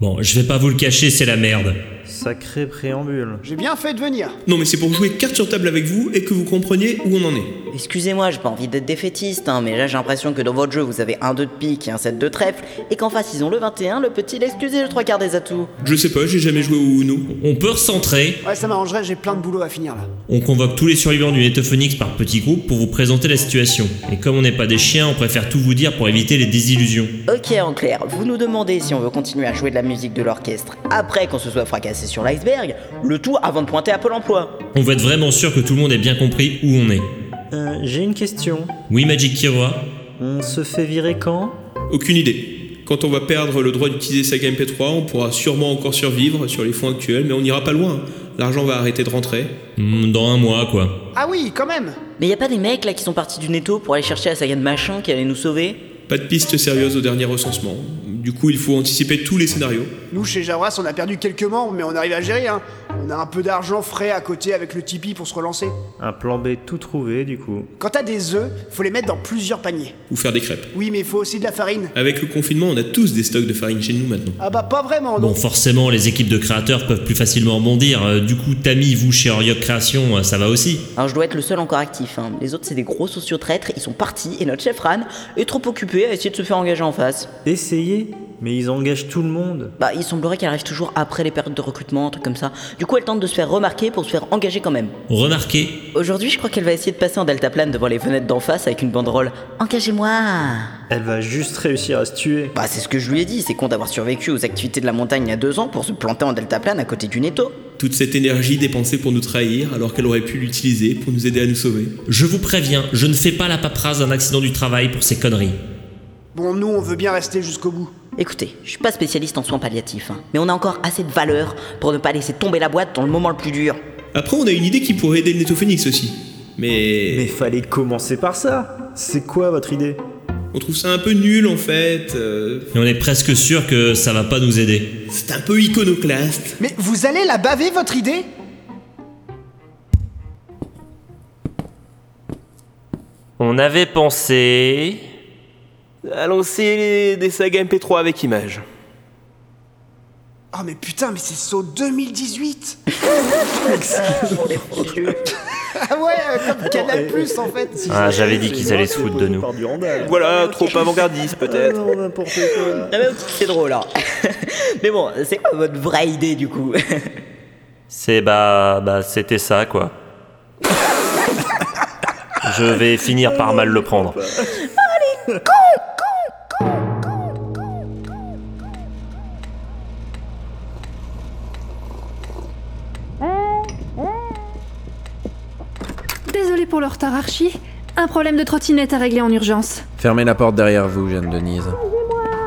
Bon, je vais pas vous le cacher, c'est la merde. Sacré préambule. J'ai bien fait de venir. Non mais c'est pour jouer carte sur table avec vous et que vous compreniez où on en est. Excusez-moi, j'ai pas envie d'être défaitiste, hein, mais là j'ai l'impression que dans votre jeu vous avez un 2 de pique et un 7 de trèfle, et qu'en face ils ont le 21, le petit, l'excusez le 3 quarts des atouts. Je sais pas, j'ai jamais joué au Uno. On peut recentrer. Ouais, ça m'arrangerait, j'ai plein de boulot à finir là. On convoque tous les survivants du Netophonix par petits groupes pour vous présenter la situation. Et comme on n'est pas des chiens, on préfère tout vous dire pour éviter les désillusions. Ok, en clair, vous nous demandez si on veut continuer à jouer de la musique de l'orchestre après qu'on se soit fracassé sur l'iceberg, le tout avant de pointer à Pôle emploi. On veut être vraiment sûr que tout le monde ait bien compris où on est. Euh, J'ai une question. Oui, Magic Kiroa On se fait virer quand Aucune idée. Quand on va perdre le droit d'utiliser Saga MP3, on pourra sûrement encore survivre sur les fonds actuels, mais on n'ira pas loin. L'argent va arrêter de rentrer. Hmm, Dans un mois, quoi. Ah oui, quand même Mais y a pas des mecs là qui sont partis du netto pour aller chercher la saga de machin qui allait nous sauver Pas de piste sérieuse au dernier recensement. Du coup, il faut anticiper tous les scénarios. Nous, chez Javras, on a perdu quelques membres, mais on arrive à gérer, hein. On a un peu d'argent frais à côté avec le Tipeee pour se relancer. Un plan B tout trouvé du coup. Quand t'as des œufs, faut les mettre dans plusieurs paniers. Ou faire des crêpes. Oui, mais faut aussi de la farine. Avec le confinement, on a tous des stocks de farine chez nous maintenant. Ah bah, pas vraiment, non. Bon, forcément, les équipes de créateurs peuvent plus facilement rebondir. Euh, du coup, Tammy, vous, chez Oriok Création, euh, ça va aussi. Alors je dois être le seul encore actif, hein. les autres c'est des gros sociotraîtres, ils sont partis et notre chef Ran est trop occupé à essayer de se faire engager en face. Essayez Mais ils engagent tout le monde. Bah il semblerait qu'elle arrive toujours après les périodes de recrutement, un truc comme ça. Du coup elle tente de se faire remarquer pour se faire engager quand même. Remarquez, Aujourd'hui je crois qu'elle va essayer de passer en deltaplane devant les fenêtres d'en face avec une banderole Engagez-moi Elle va juste réussir à se tuer. Bah c'est ce que je lui ai dit, c'est con d'avoir survécu aux activités de la montagne il y a deux ans pour se planter en deltaplane à côté du netto. Toute cette énergie dépensée pour nous trahir, alors qu'elle aurait pu l'utiliser pour nous aider à nous sauver. je vous préviens, je ne fais pas la paperasse d'un accident du travail pour ces conneries. Bon, nous, on veut bien rester jusqu'au bout. Écoutez, je suis pas spécialiste en soins palliatifs, hein, mais on a encore assez de valeur pour ne pas laisser tomber la boîte dans le moment le plus dur. Après, on a une idée qui pourrait aider le Netophonix aussi. Mais... Mais fallait commencer par ça C'est quoi votre idée On trouve ça un peu nul en fait. euh, Et on est presque sûr que ça va pas nous aider. C'est un peu iconoclaste. Mais vous allez la baver, votre idée On avait pensé. à lancer des sagas MP3 avec images. Oh, mais putain, mais c'est saut 2018 Ah ouais, euh, comme Canal Plus, en fait. Ah, j'avais dit qu'ils allaient se foutre de nous. Voilà, trop avant-gardiste peut-être. Ah bah, c'est drôle hein. mais bon, c'est quoi votre vraie idée du coup C'est bah, bah c'était ça quoi. Je vais finir par mal le prendre. Désolée pour le retard archi. Un problème de trottinette à régler en urgence. Fermez la porte derrière vous, Jeanne Denise.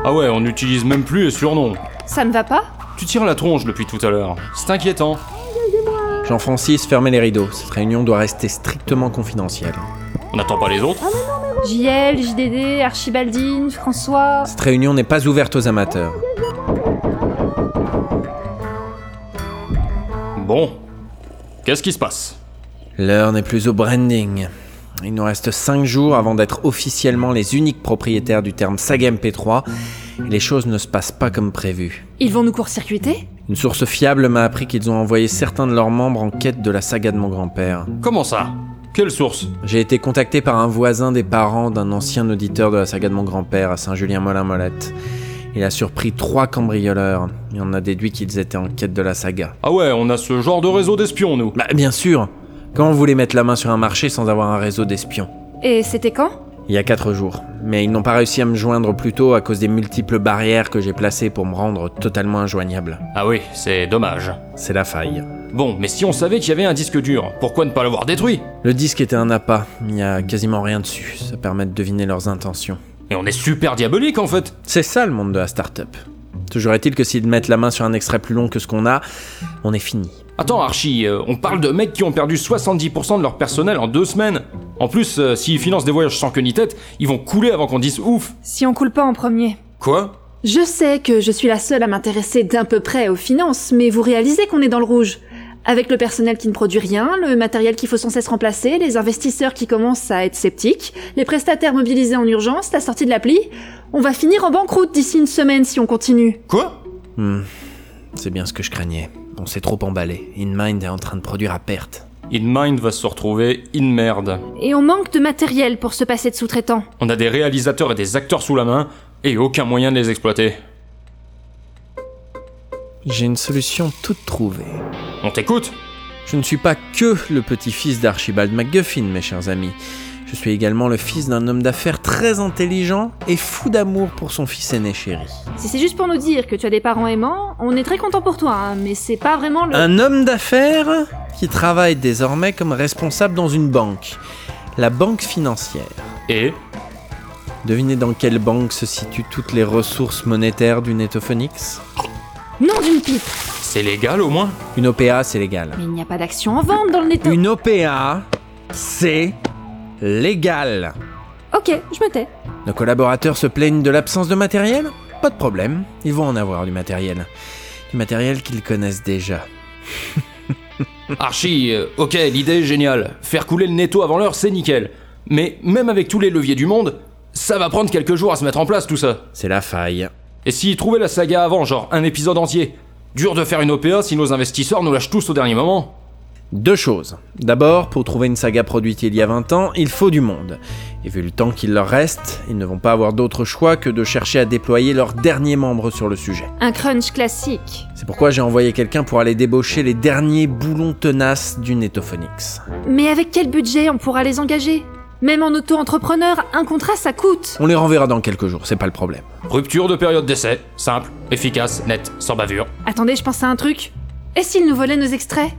Ah ouais, on n'utilise même plus les surnoms. Ça ne va pas Tu tires la tronche depuis tout à l'heure. C'est inquiétant. Jean-Francis, fermez les rideaux. Cette réunion doit rester strictement confidentielle. On n'attend pas les autres. JL, JDD, Archibaldine, François. Cette réunion n'est pas ouverte aux amateurs. Bon. Qu'est-ce qui se passe L'heure n'est plus au branding. Il nous reste 5 jours avant d'être officiellement les uniques propriétaires du terme SAGMP3. et Les choses ne se passent pas comme prévu. Ils vont nous court-circuiter Une source fiable m'a appris qu'ils ont envoyé certains de leurs membres en quête de la saga de mon grand-père. Comment ça Quelle source J'ai été contacté par un voisin des parents d'un ancien auditeur de la saga de mon grand-père à Saint-Julien-Molin-Molette. Il a surpris trois cambrioleurs et on a déduit qu'ils étaient en quête de la saga. Ah ouais, on a ce genre de réseau d'espions, nous. Bah bien sûr Comment vous voulez mettre la main sur un marché sans avoir un réseau d'espions Et c'était quand Il y a quatre jours. Mais ils n'ont pas réussi à me joindre plus tôt à cause des multiples barrières que j'ai placées pour me rendre totalement injoignable. Ah oui, c'est dommage. C'est la faille. Bon, mais si on savait qu'il y avait un disque dur, pourquoi ne pas l'avoir détruit Le disque était un appât, il n'y a quasiment rien dessus, ça permet de deviner leurs intentions. Et on est super diabolique en fait. C'est ça le monde de la start-up. Toujours est-il que s'ils mettent la main sur un extrait plus long que ce qu'on a, on est fini. Attends, Archie, euh, on parle de mecs qui ont perdu 70% de leur personnel en deux semaines. En plus, euh, s'ils financent des voyages sans queue ni tête, ils vont couler avant qu'on dise ouf. Si on coule pas en premier. Quoi Je sais que je suis la seule à m'intéresser d'un peu près aux finances, mais vous réalisez qu'on est dans le rouge. Avec le personnel qui ne produit rien, le matériel qu'il faut sans cesse remplacer, les investisseurs qui commencent à être sceptiques, les prestataires mobilisés en urgence, la sortie de l'appli, on va finir en banqueroute d'ici une semaine si on continue. Quoi Hmm, C'est bien ce que je craignais. On s'est trop emballé. InMind est en train de produire à perte. InMind va se retrouver InMerde. Et on manque de matériel pour se passer de sous-traitants. On a des réalisateurs et des acteurs sous la main, et aucun moyen de les exploiter. J'ai une solution toute trouvée. On t'écoute Je ne suis pas que le petit-fils d'Archibald MacGuffin, mes chers amis. Je suis également le fils d'un homme d'affaires très intelligent et fou d'amour pour son fils aîné chéri. Si c'est juste pour nous dire que tu as des parents aimants, on est très content pour toi, hein, mais c'est pas vraiment le... Un homme d'affaires qui travaille désormais comme responsable dans une banque. La banque financière. Et Devinez dans quelle banque se situent toutes les ressources monétaires du Netophonix Nom d'une pipe c'est légal au moins Une OPA, c'est légal. Mais il n'y a pas d'action en vente dans le netto. Une OPA, c'est légal. Ok, je me tais. Nos collaborateurs se plaignent de l'absence de matériel Pas de problème, ils vont en avoir du matériel. Du matériel qu'ils connaissent déjà. Archie, euh, ok, l'idée est géniale. Faire couler le netto avant l'heure, c'est nickel. Mais même avec tous les leviers du monde, ça va prendre quelques jours à se mettre en place tout ça. C'est la faille. Et s'ils trouvaient la saga avant, genre un épisode entier Dur de faire une OPA si nos investisseurs nous lâchent tous au dernier moment. Deux choses. D'abord, pour trouver une saga produite il y a 20 ans, il faut du monde. Et vu le temps qu'il leur reste, ils ne vont pas avoir d'autre choix que de chercher à déployer leur dernier membre sur le sujet. Un crunch classique. C'est pourquoi j'ai envoyé quelqu'un pour aller débaucher les derniers boulons tenaces du Netophonix. Mais avec quel budget on pourra les engager Même en auto-entrepreneur, un contrat ça coûte. On les renverra dans quelques jours, c'est pas le problème. Rupture de période d'essai, simple, efficace, net, sans bavure. Attendez, je pense à un truc. Et s'ils nous volaient nos extraits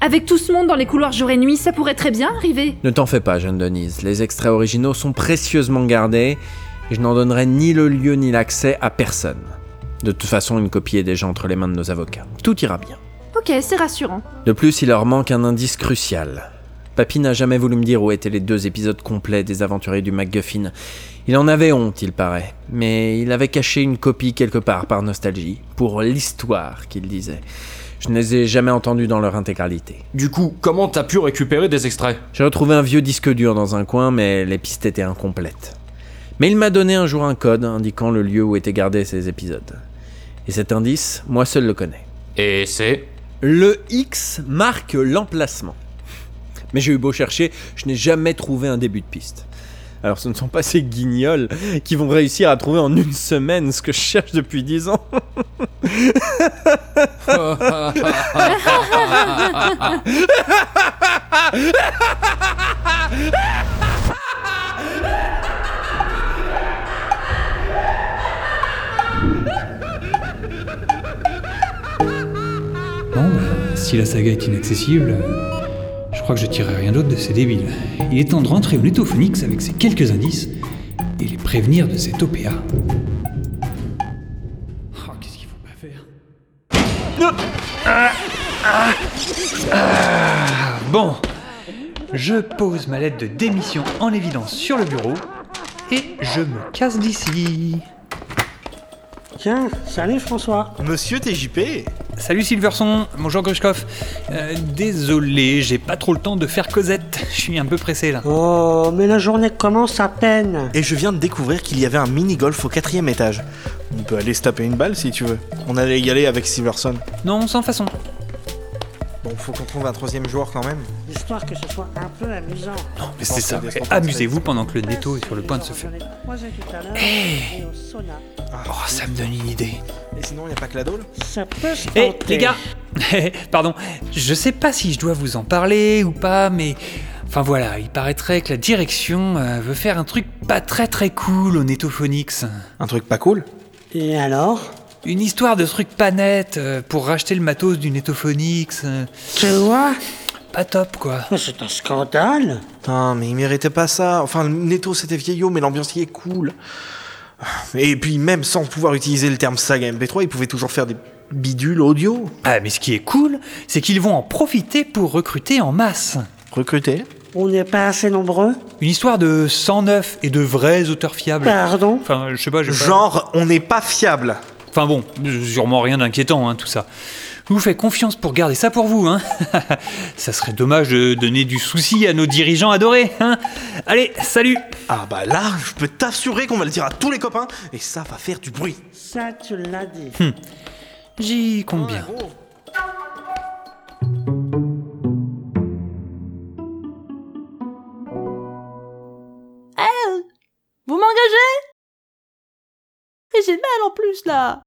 Avec tout ce monde dans les couloirs jour et nuit, ça pourrait très bien arriver. Ne t'en fais pas, jeune Denise. Les extraits originaux sont précieusement gardés et je n'en donnerai ni le lieu ni l'accès à personne. De toute façon, une copie est déjà entre les mains de nos avocats. Tout ira bien. Ok, c'est rassurant. De plus, il leur manque un indice crucial. Papy n'a jamais voulu me dire où étaient les deux épisodes complets des aventuriers du MacGuffin. Il en avait honte, il paraît, mais il avait caché une copie quelque part par nostalgie, pour l'histoire qu'il disait. Je ne les ai jamais entendus dans leur intégralité. Du coup, comment t'as pu récupérer des extraits J'ai retrouvé un vieux disque dur dans un coin, mais les pistes étaient incomplètes. Mais il m'a donné un jour un code indiquant le lieu où étaient gardés ces épisodes. Et cet indice, moi seul le connais. Et c'est. Le X marque l'emplacement. Mais j'ai eu beau chercher, je n'ai jamais trouvé un début de piste. Alors ce ne sont pas ces guignols qui vont réussir à trouver en une semaine ce que je cherche depuis dix ans. Bon, ben, si la saga est inaccessible, euh, je crois que je tirerai rien d'autre de ces débiles. Il est temps de rentrer au Netophonix avec ces quelques indices et les prévenir de cette OPA. Oh, qu'est-ce qu'il faut pas faire Ah, Bon, je pose ma lettre de démission en évidence sur le bureau et je me casse d'ici. Tiens, salut François. Monsieur TJP Salut Silverson, bonjour Grushkov. Euh, désolé, j'ai pas trop le temps de faire Cosette. Je suis un peu pressé là. Oh, mais la journée commence à peine. Et je viens de découvrir qu'il y avait un mini-golf au quatrième étage. On peut aller se taper une balle si tu veux. On allait y aller avec Silverson. Non, sans façon. Bon, faut qu'on trouve un troisième joueur quand même. Histoire que ce soit un peu amusant. Non, mais c'est Pensez ça. à mais descendre. Amusez-vous pendant que le netto est sur le point de se faire. Hé Oh, ça me donne une idée. Et sinon, y a pas que la dalle Ça peut se Eh, tenter. les gars Pardon, je sais pas si je dois vous en parler ou pas, mais. Enfin voilà, il paraîtrait que la direction euh, veut faire un truc pas très très cool au Netophonix. Un truc pas cool Et alors Une histoire de truc pas net euh, pour racheter le matos du Netophonix. euh, Tu vois pas top quoi. Mais Bah, C'est un scandale. Putain, mais il méritait pas ça. Enfin, le netto c'était vieillot, mais l'ambiance y est cool. Et puis, même sans pouvoir utiliser le terme saga MP3, il pouvait toujours faire des bidules audio. Ah mais ce qui est cool, c'est qu'ils vont en profiter pour recruter en masse. Recruter On n'est pas assez nombreux. Une histoire de 109 et de vrais auteurs fiables. Pardon Enfin, je sais pas, j'ai pas- Genre, on n'est pas fiable. Enfin bon, sûrement rien d'inquiétant, hein, tout ça. Je vous fais confiance pour garder ça pour vous, hein. ça serait dommage de donner du souci à nos dirigeants adorés, hein. Allez, salut Ah bah là, je peux t'assurer qu'on va le dire à tous les copains, et ça va faire du bruit. Ça, tu l'as dit. J'y compte bien. Elle Vous m'engagez Et j'ai mal en plus là